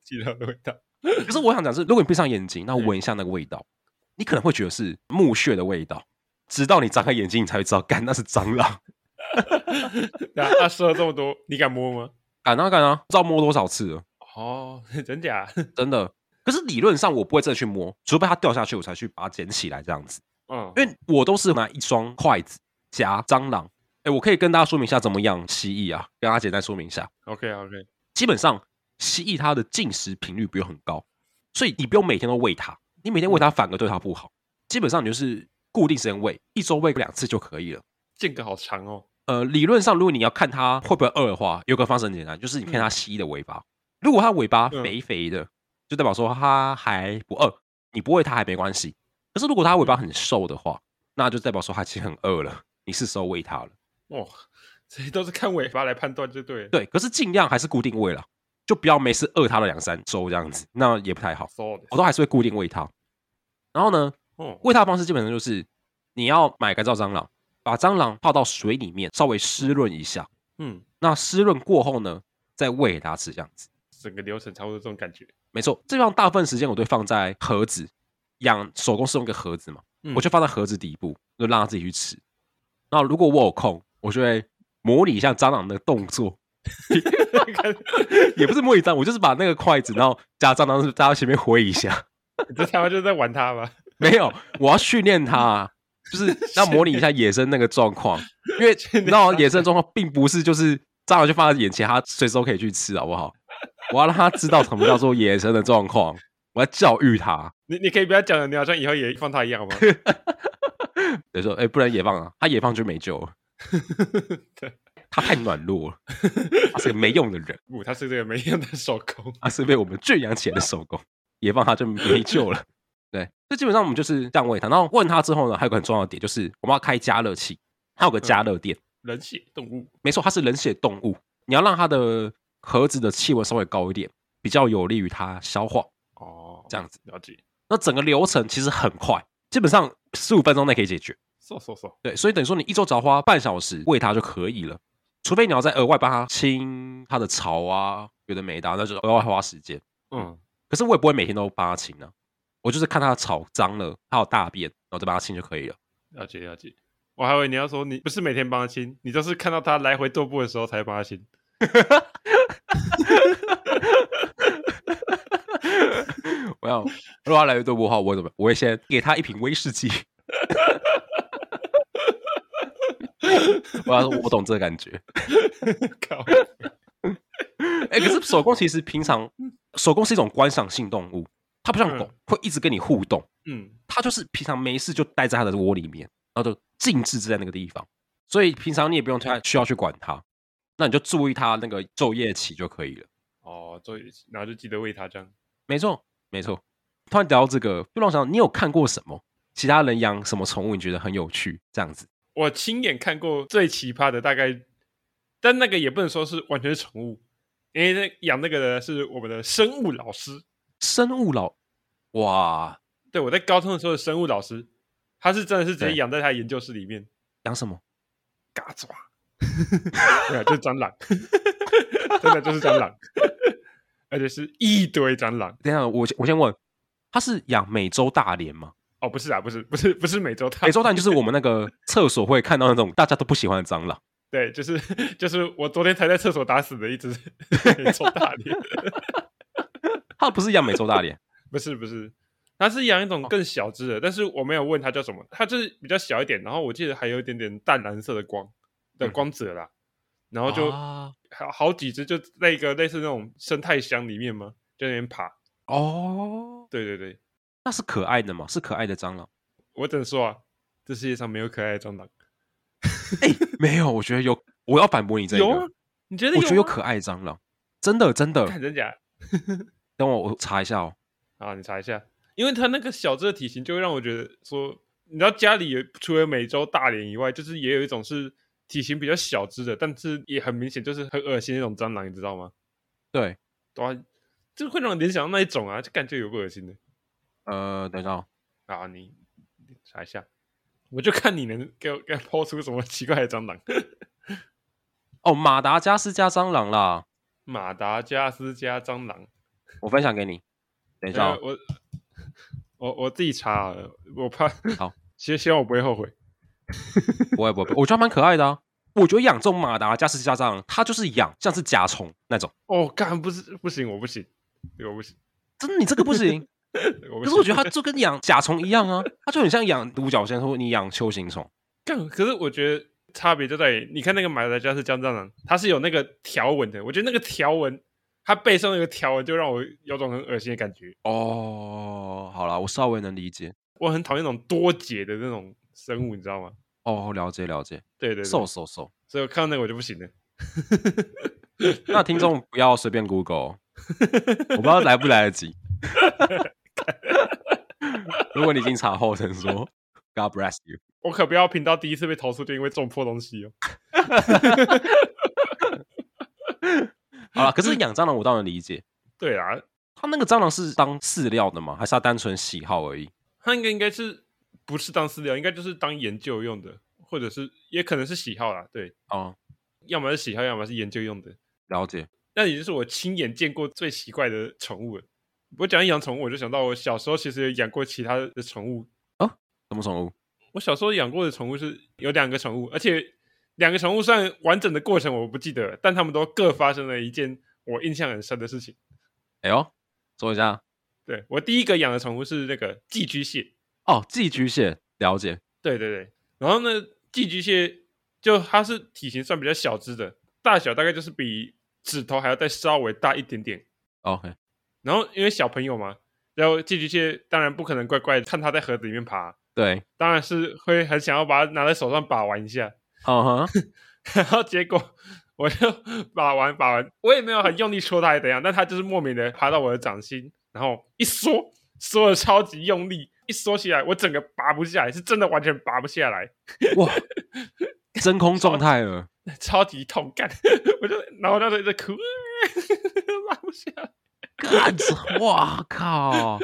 A: 鸡肉的味道。
B: 可是我想讲是，如果你闭上眼睛，那闻一下那个味道，你可能会觉得是木屑的味道，直到你张开眼睛，你才会知道，干那是蟑螂。
A: 那他吃了这么多，你敢摸吗？
B: 敢啊敢啊，不知道摸多少次了，
A: 哦， 真假？
B: 真的。可是理论上我不会真的去摸，除非它掉下去我才去把它捡起来这样子，
A: 嗯，
B: 因为我都是拿一双筷子夹蟑螂。哎，我可以跟大家说明一下怎么养蜥蜴啊，跟大家简单说明一下。
A: OK OK，
B: 基本上蜥蜴它的进食频率不用很高，所以你不用每天都喂它，你每天喂它反而对它不好。基本上你就是固定时间喂，一周喂个两次就可以了。
A: 间隔好长哦。
B: 呃，理论上，如果你要看它会不会饿的话，有个方式很简单，就是你看它蜥蜴的尾巴。如果它尾巴
A: 嗯
B: 肥肥的，就代表说它还不饿，你不喂它还没关系。可是如果它尾巴很瘦的话，那就代表说它其实很饿了，你是时候喂它了。
A: 哇，所以都是看尾巴来判断就对了。
B: 对，可是尽量还是固定喂了，就不要没事饿它了两三周这样子，那也不太好。
A: ，so 的
B: 我都还是会固定喂它。然后呢，
A: 哦，
B: 喂它的方式基本上就是你要买干燥蟑螂，把蟑螂泡到水里面，稍微湿润一下。
A: 嗯，
B: 那湿润过后呢，再喂给它吃，这样子。
A: 整个流程差不多这种感觉。
B: 没错，这样大部分时间我都会放在盒子养，手工是用一个盒子嘛，
A: 嗯
B: 我就放在盒子底部，就让它自己去吃。那如果我有空，我就会模拟一下蟑螂的动作，
A: 看
B: 也不是摸一张，我就是把那个筷子，然后加蟑螂在他前面挥一下。
A: 你这他妈就是在玩他吧？
B: 没有，我要训练它、啊，就是要模拟一下野生那个状况，因为你知道野生的状况并不是就是蟑螂就放在眼前，它随时都可以去吃，好不好？我要让它知道什么叫做野生的状况，我要教育它。
A: 你你可以不要讲了，你好像以后也放他一样吗？
B: 比如说，哎、不然野放啊，它野放就没救了，
A: 对，
B: 它太软弱了，它是个没用的人，
A: 不，哦他是这个没用的手工。
B: 它是被我们圈养起来的手工，野放它就没救了。对，这基本上我们就是这样喂它。然后问它之后呢，还有个很重要的点就是，我们要开加热器，它有个加热垫。
A: 人血动物，
B: 没错，它是冷血动物，你要让它的盒子的气温稍微高一点，比较有利于它消化。
A: 哦，
B: 这样子
A: 了解。
B: 那整个流程其实很快，基本上十五分钟内可以解决。
A: 嗖嗖嗖，
B: 对，所以等于说你一周只要花半小时喂它就可以了，除非你要再额外帮它清它的槽啊，有的没的啊，那就是额外花时间。
A: 嗯，
B: 可是我也不会每天都帮它清啊，我就是看它的草脏了，它有大便，然后再帮它清就可以了。
A: 了解了解。我还以为你要说你不是每天帮他亲，你都是看到他来回踱步的时候才帮他亲。
B: 我要如果他来越多的话，我会怎么？我会先给他一瓶威士忌。我要说，我懂这个感觉。
A: 靠，
B: 哎、可是手工其实平常手工是一种观赏性动物，它不像狗、会一直跟你互动，
A: 嗯，
B: 它就是平常没事就待在它的窝里面，然后就静置在那个地方。所以平常你也不用太需要去管它，那你就注意它那个昼夜起就可以了。
A: 哦，所以然后就记得喂他这样。
B: 没错，没错。突然聊到这个，就让我想到，你有看过什么其他人养什么宠物，你觉得很有趣？这样子，
A: 我亲眼看过最奇葩的大概，但那个也不能说是完全是宠物，因为那养那个的是我们的生物老师。
B: 生物老哇，
A: 对我在高中的时候的生物老师，他是真的是直接
B: 对
A: 养在他研究室里面，
B: 养什么？
A: 嘎抓，对啊，就是蟑螂， 真的就是蟑螂， 而且是一堆蟑螂。
B: 等一下，我先我先问，它是养美洲大蠊吗？
A: 哦，不是啊，不是，不是，不是美洲大，
B: 美洲大蠊就是我们那个厕所会看到那种大家都不喜欢的蟑螂。
A: 对，就是就是我昨天才在厕所打死的一只 美洲大蠊，
B: 它不是养美洲大蠊，
A: 不是不是，它是养一
B: 哦
A: 种更小只的，但是我没有问它叫什么，它就是比较小一点，然后我记得还有一点点淡蓝色的光的
B: 嗯哦
A: 光泽啦， 然后
B: 然后
A: 就哦
B: 就
A: 好好几只就在一个类似那种生态箱里面嘛，就在那边爬，
B: 哦，
A: 对对对，
B: 那是可爱的嘛，是可爱的蟑螂。
A: 我只能说啊，这世界上没有可爱的蟑螂，
B: 没有，我觉得有，我要反驳你这个，
A: 有啊？你觉得
B: 我觉得有
A: 吗
B: 可爱的蟑螂，真的真 的。
A: 看真假？
B: 等我我查一下哦。
A: 啊，你查一下，因为它那个小只的体型，就会让我觉得说，你知道家里有除了美洲大蠊以外，就是也有一种是体型比较小只的，但是也很明显就是很恶心那种蟑螂，你知道吗？
B: 对，
A: 对啊，就会让人联想到那一种啊，就感觉有个恶心的
B: 呃，等一下、哦，
A: 啊，你你查一下，我就看你能给我给我抛出什么奇怪的蟑螂。
B: 哦，马达加斯加蟑螂啦，
A: 马达加斯加蟑螂，
B: 我分享给你。等一下、
A: 呃
B: 哦，
A: 我我我自己查了，我怕
B: 好，
A: 希希望我不会后悔。
B: 不会不会，我觉得它蛮可爱的啊。我觉得养这种马达加斯加蟑螂，它就是养像是甲虫那种。
A: 哦，干不是不行，我不行，这个我不行。
B: 真的，你这个不行。
A: 我不
B: 可是我觉得它就跟养甲虫一样啊，它就很像养独角仙或你养球形虫。
A: 干，可是我觉得差别就在于，你看那个马达加斯加蟑螂，它是有那个条纹的，我觉得那个条纹，它背上那个条纹就让我有种很恶心的感觉。
B: 哦，好啦，我稍微能理解。
A: 我很讨厌那种多节的那种生物，你知道吗？
B: 哦，了解了解，
A: 对对对，
B: 瘦瘦瘦。
A: 所以我看到那个我就不行了。
B: 那听众不要随便 Google，哦我不知道来不来得及。 如果你已经查后成说 God bless you，
A: 我可不要频道第一次被投诉就因为种破东西哦。
B: 好了，可是养蟑螂我当然理解。
A: 对啊，
B: 它那个蟑螂是当饲料的吗？还是它单纯喜好而已？
A: 它应该应该是不是当饲料，应该就是当研究用的，或者是也可能是喜好啦。对，
B: 哦，
A: 要么是喜好，要么是研究用的。
B: 了解。
A: 那也就是我亲眼见过最奇怪的宠物了。我讲一养宠物，我就想到我小时候其实也养过其他的宠物。
B: 什么宠物？
A: 我小时候养过的宠物是有两个宠物，而且两个宠物虽然完整的过程我不记得了，但他们都各发生了一件我印象很深的事情。
B: 哎呦，说一下
A: 对我第一个养的宠物是那个寄居蟹，
B: 哦，寄居蟹了解，
A: 对对对，然后呢，寄居蟹就它是体型算比较小只的，大小大概就是比指头还要再稍微大一点点。
B: OK，
A: 然后因为小朋友嘛，然后寄居蟹当然不可能乖乖地看它在盒子里面爬，
B: 对，
A: 当然是会很想要把它拿在手上把玩一下。
B: 嗯哼，
A: 然后结果我就把玩把玩，我也没有很用力戳它，还是怎样？但它就是莫名的爬到我的掌心，然后一缩，缩的超级用力，一缩起来，我整个拔不下来，是真的完全拔不下来，
B: 哇，真空状态了，
A: 超级痛感。 我就然后那时候就哭， 拔不下来。
B: 干，哇靠，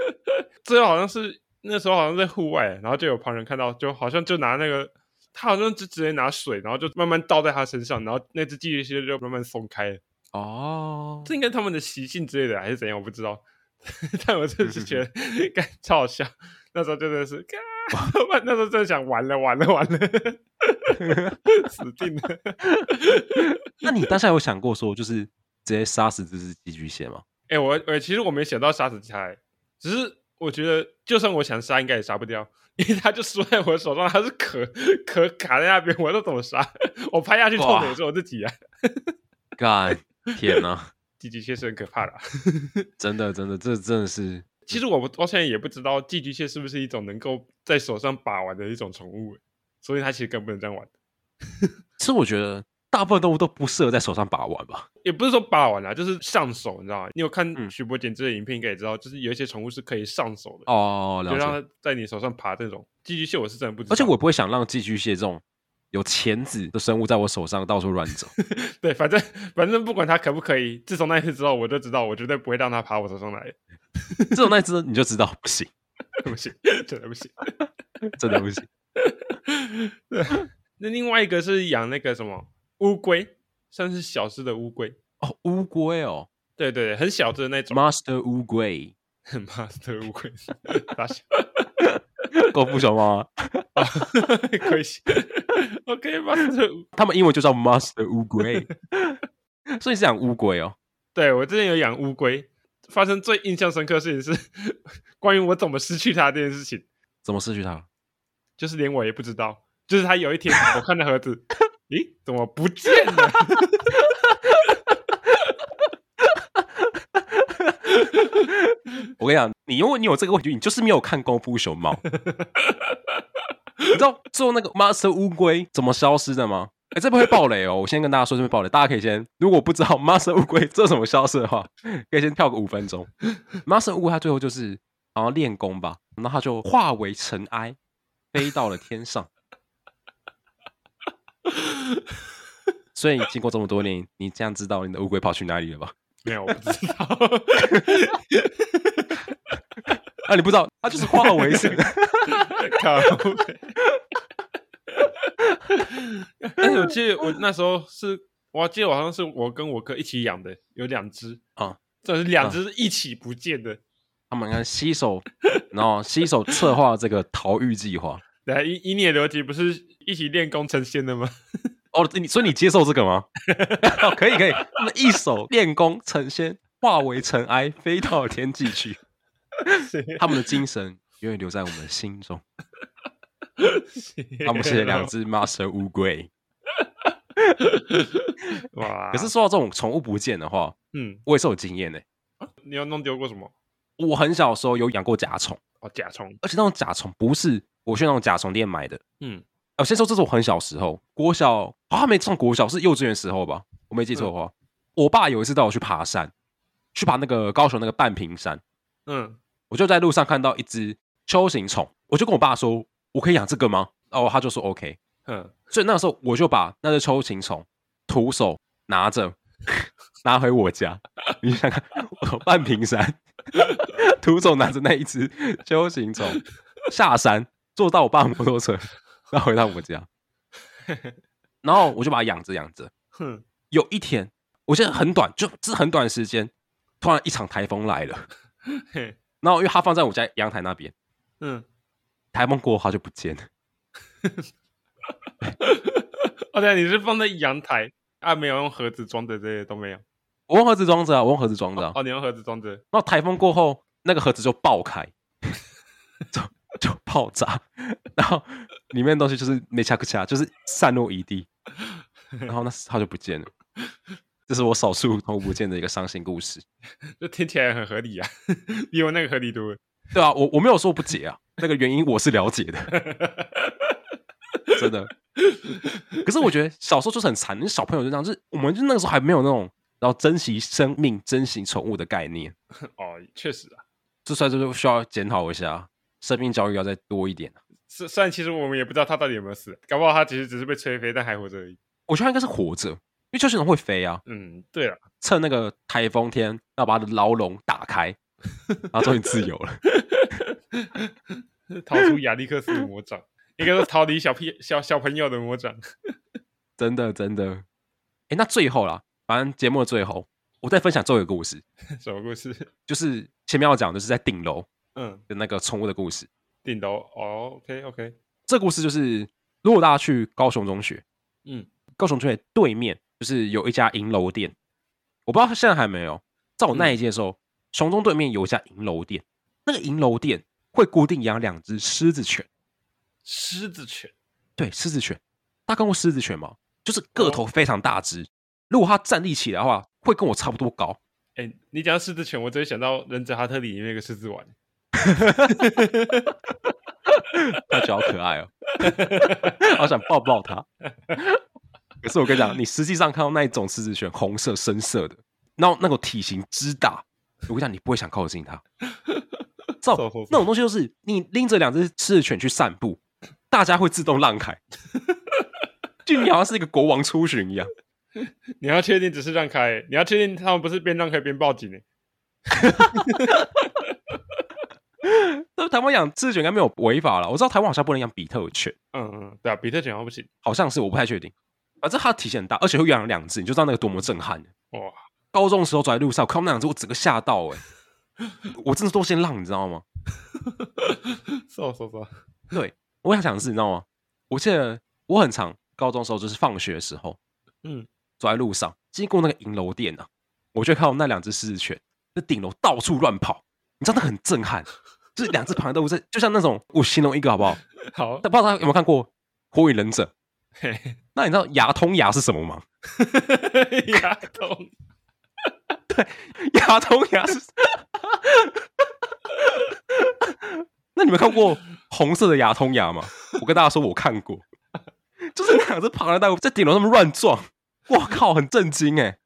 A: 最后好像是那时候好像在户外，然后就有旁人看到，就好像就拿那个。他好像就直接拿水，然后就慢慢倒在他身上，然后那只寄居蟹就慢慢松开了。
B: 哦，
A: 这应该他们的习性之类的，还是怎样，我不知道。 但我真的是觉得， 干超好笑。那时候真的是，干我 那时候真的想完了，完了，完了，死定了。
B: 那你当下有想过说，就是直接杀死这只寄居蟹吗？
A: 哎、我我其实我没想到杀死他、欸，只是我觉得，就算我想杀，应该也杀不掉，因为他就缩在我手上，他是壳壳卡在那边，我都怎么杀？ 我拍下去痛的也是我自己啊。
B: 干，天哪，
A: 寄居蟹是很可怕的啊、
B: 真的真的，这真的是
A: 其实我不，到现在也不知道寄居蟹是不是一种能够在手上把玩的一种宠物，所以它其实根本不能这样玩，
B: 其实我觉得大部分动物都不适合在手上把玩吧。
A: 也不是说把玩啦、就是上手，你知道吗？你有看
B: 嗯
A: 徐博简之类的影片，应该也知道，就是有一些宠物是可以上手的，
B: 哦，了
A: 就让
B: 解。
A: 它在你手上爬这种寄居蟹，我是真的不知道。
B: 而且我也不会想让寄居蟹这种有钳子的生物在我手上到处乱走。
A: 对，反正反正不管它可不可以，自从那一次之后，我就知道我绝对不会让它爬我手上来，
B: 这种那只你就知道不行，
A: 不行，真的不行。
B: 真的不行。
A: 对，那另外一个是养那个什么乌龟，算是小只的乌龟，
B: 哦，乌龟哦
A: 对对对，很小只的那种。
B: ，Master 乌龟，
A: Master 乌龟，大 小
B: 够不熊吗？
A: 龟蟹。OK，Master，、
B: 他们英文就叫 Master 乌龟， 所以是讲乌龟哦。
A: 对我之前有养乌龟，发生最印象深刻的事情是 关于我怎么失去它这件事情，
B: 怎么失去它？
A: 就是连我也不知道。就是它有一天，我看到盒子， 咦，怎么不见了？
B: 我跟你讲，你因为你有这个问题，你就是没有看《功夫熊猫》。你知道最后那个 Master 乌龟怎么消失的吗？哎、这边会爆雷哦！我先跟大家说，这边爆雷，大家可以先，如果不知道 Master 乌龟这怎么消失的话，可以先跳个五分钟。Master 乌龟它最后就是好像练功吧，然后它就化为尘埃，飞到了天上。所以经过这么多年，你这样知道你的乌龟跑去哪里了吧？
A: 没有，我不知道。
B: 啊，你不知道，它就是化为尘埃。
A: 靠 北！但哎是我记得我那时候是，我记得我好像是我跟我哥一起养的，有两只
B: 啊，
A: 这是两只一起不见的。
B: 他们看携手，然后携手策划这个逃狱计划。
A: 来，以以你的逻辑，不是一起练功成仙的 吗？
B: 哦，你所以你接受这个吗？ 哦可以可以，他们一手练功成仙，化为尘埃，飞到天际去。他们的精神永远留在我们的心中。他们是两只 master 乌龟。
A: 哇！
B: 可是说到这种宠物不见的话，
A: 嗯，
B: 我也是有经验的、
A: 你有弄丢过什么？
B: 我很小的时候有养过甲虫，
A: 哦，甲虫。
B: 而且那种甲虫不是我去那种甲虫店买的。
A: 嗯，
B: 哦，先说这是我很小时候，国小啊没上国小是幼稚园时候吧，我没记错的话，我爸有一次带我去爬山，去爬那个高雄那个半屏山，
A: 嗯，
B: 我就在路上看到一只秋行虫，我就跟我爸说，我可以养这个吗？哦，他就说 OK，
A: 嗯，
B: 所以那个时候我就把那只秋行虫徒手拿着拿回我家，你想看我半屏山徒手拿着那一只秋行虫下山，坐到我爸的摩托车，然后回到我家。然后我就把它养着养着。
A: 哼，
B: 有一天，我记得很短，就是很短的时间，突然一场台风来了。
A: 嘿，
B: 然后因为它放在我家阳台那边，
A: 嗯，
B: 台风过后它就不见了。
A: 哦，对，你是放在阳台啊，没有用盒子装的，这些都没有。
B: 我用盒子装着啊，我用盒子装着、啊。
A: 哦，你用盒子装着，
B: 然后台风过后，那个盒子就爆开，就就爆炸，然后里面的东西就是没恰克恰，就是散落一地，然后那它就不见了。这是我少数同不见的一个伤心故事。
A: 这听起来很合理啊， 比我那个合理多了。
B: 对啊，我我没有说不解啊，那个原因我是了解的，真的。可是我觉得小时候就是很惨，那小朋友就这样，就是我们就那个时候还没有那种然后珍惜生命、珍惜宠物的概念，
A: 哦，确实啊，
B: 这算是需要检讨一下，生命教育要再多一点。啊
A: 虽虽然其实我们也不知道他到底有没有死，搞不好他其实只是被吹飞，但还活着而已。
B: 我觉得它应该是活着，因为秋雪龙会飞啊，
A: 嗯，对了，
B: 趁那个台风天要把它的牢笼打开，然后终于自由了。
A: 逃出亚历克斯的魔掌，应该说逃离小屁小小朋友的魔掌。
B: 真的真的。哎、那最后啦，反正节目的最后，我再分享最后一个故事，
A: 什么故事？
B: 就是前面要讲的就是在顶楼
A: 嗯，
B: 的那个宠物的故事。
A: 顶楼哦，OK OK，
B: 这故事就是，如果大家去高雄中学，
A: 嗯，
B: 高雄中学对面就是有一家银楼店，我不知道现在还没有。在我那一届的时候，雄中对面有一家银楼店，那个银楼店会固定养两只狮子犬。
A: 狮子犬，
B: 对，狮子犬，大家看过狮子犬吗？就是个头非常大只，如果它站立起来的话，会跟我差不多高。
A: 哎、你讲到狮子犬，我只会想到《忍者哈特里》里面那个狮子丸。
B: 它觉得好可爱哦， 好想抱抱它。可是我跟你讲，你实际上看到那一种狮子犬，红色、深色的，然后那种体型之大，我跟你讲，你不会想靠近它。照
A: 受不了
B: 哦那种东西就是你拎着两只狮子犬去散步，大家会自动让开， 就你好像是一个国王出巡一样。
A: 你要确定只是让开，你要确定他们不是边让开边报警呢？
B: 那台湾养狮子犬应该没有违法了，我知道台湾好像不能养比特犬，
A: 嗯嗯，对啊，比特犬好像不行。
B: 好像是我不太确定。反正它体型很大，而且会养两只，你就知道那个多么震撼。
A: 哇，
B: 高中的时候走在路上，我看到那两只，我整个吓到哎、我真的都先让，你知道吗？
A: 瘦瘦瘦，
B: 对，我想讲的是，你知道吗？我记得我很常高中的时候，就是放学的时候，
A: 嗯，
B: 走在路上经过那个银楼店啊，我就看到那两只狮子犬在顶楼到处乱跑，你知道那很震撼，就是两只庞然大物在，就像那种我形容一个好不好？
A: 好，
B: 但不知道大家有没有看过《火影忍者》？
A: 嘿
B: 那你知道牙通牙是什么吗？
A: 牙痛，
B: 牙通牙是。那你们看过红色的牙通牙吗？我跟大家说，我看过，就是那两只庞然大物在顶楼上面乱撞，我靠，很震惊哎、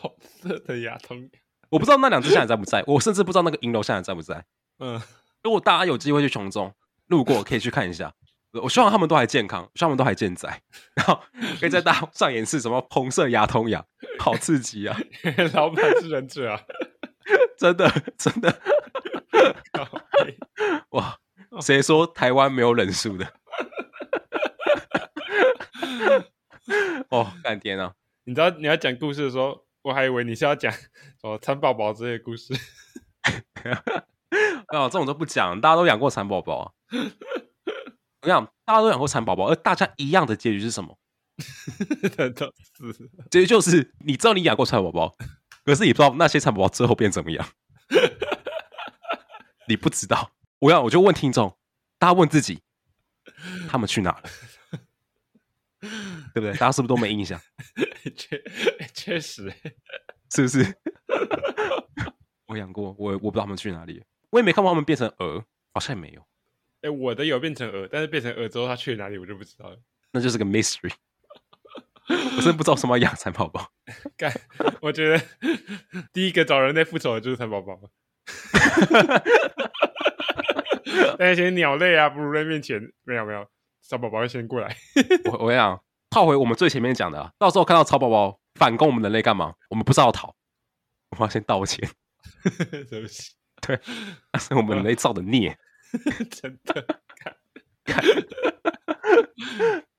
A: 红色的牙痛，
B: 我不知道那两只现在在不在，我甚至不知道那个银楼现在在不在。
A: 嗯，
B: 如果大家有机会去琼中路过，可以去看一下。我希望他们都还健康，希望他们都还健在，然后可以在大家上演示什么红色牙通牙，好刺激啊！
A: 老板是忍者 啊，
B: 真的真的，
A: 靠北
B: 哇！谁说台湾没有忍术的？ 哦，干天啊！
A: 你知道你要讲故事的时候，我还以为你是要讲什么蚕宝宝之类的故事。
B: 啊，这种都不讲，大家都养过蚕宝宝啊。我跟你讲，大家都养过蚕宝宝，而大家一样的结局是什么？
A: 等到死，
B: 结局就是你知道你养过蚕宝宝，可是你不知道那些蚕宝宝最后变怎么样，你不知道。我要我就问听众，大家问自己，他们去哪了？对不对？大家是不是都没印象？
A: 确确实，
B: 是不是？ 我养过，我我不知道他们去哪里，我也没看过他们变成鹅，好像也没有，
A: 哎，我的有变成鹅，但是变成鹅之后它去了哪里我就不知道了。
B: 那就是个 mystery。我真的不知道为什么要养蚕宝宝，
A: 干，我觉得第一个找人类复仇的就是蚕宝宝。 那些鸟类啊，哺乳类面前没有没有，蚕宝宝会先过来。
B: 我我想套回我们最前面讲的、啊，到时候看到蚕宝宝反攻我们人类干嘛？我们不知道逃，我们要先道歉，
A: 对不起，
B: 那是我们人类造的孽。
A: 真的，干，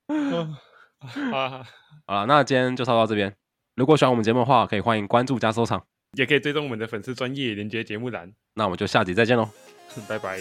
A: 干， 啊，
B: 好了，那今天就到这边。如果喜欢我们节目的话，可以欢迎关注加收藏。
A: 也可以追踪我们的粉丝专业连接节目栏。
B: 那我们就下集再见喽。
A: 拜拜。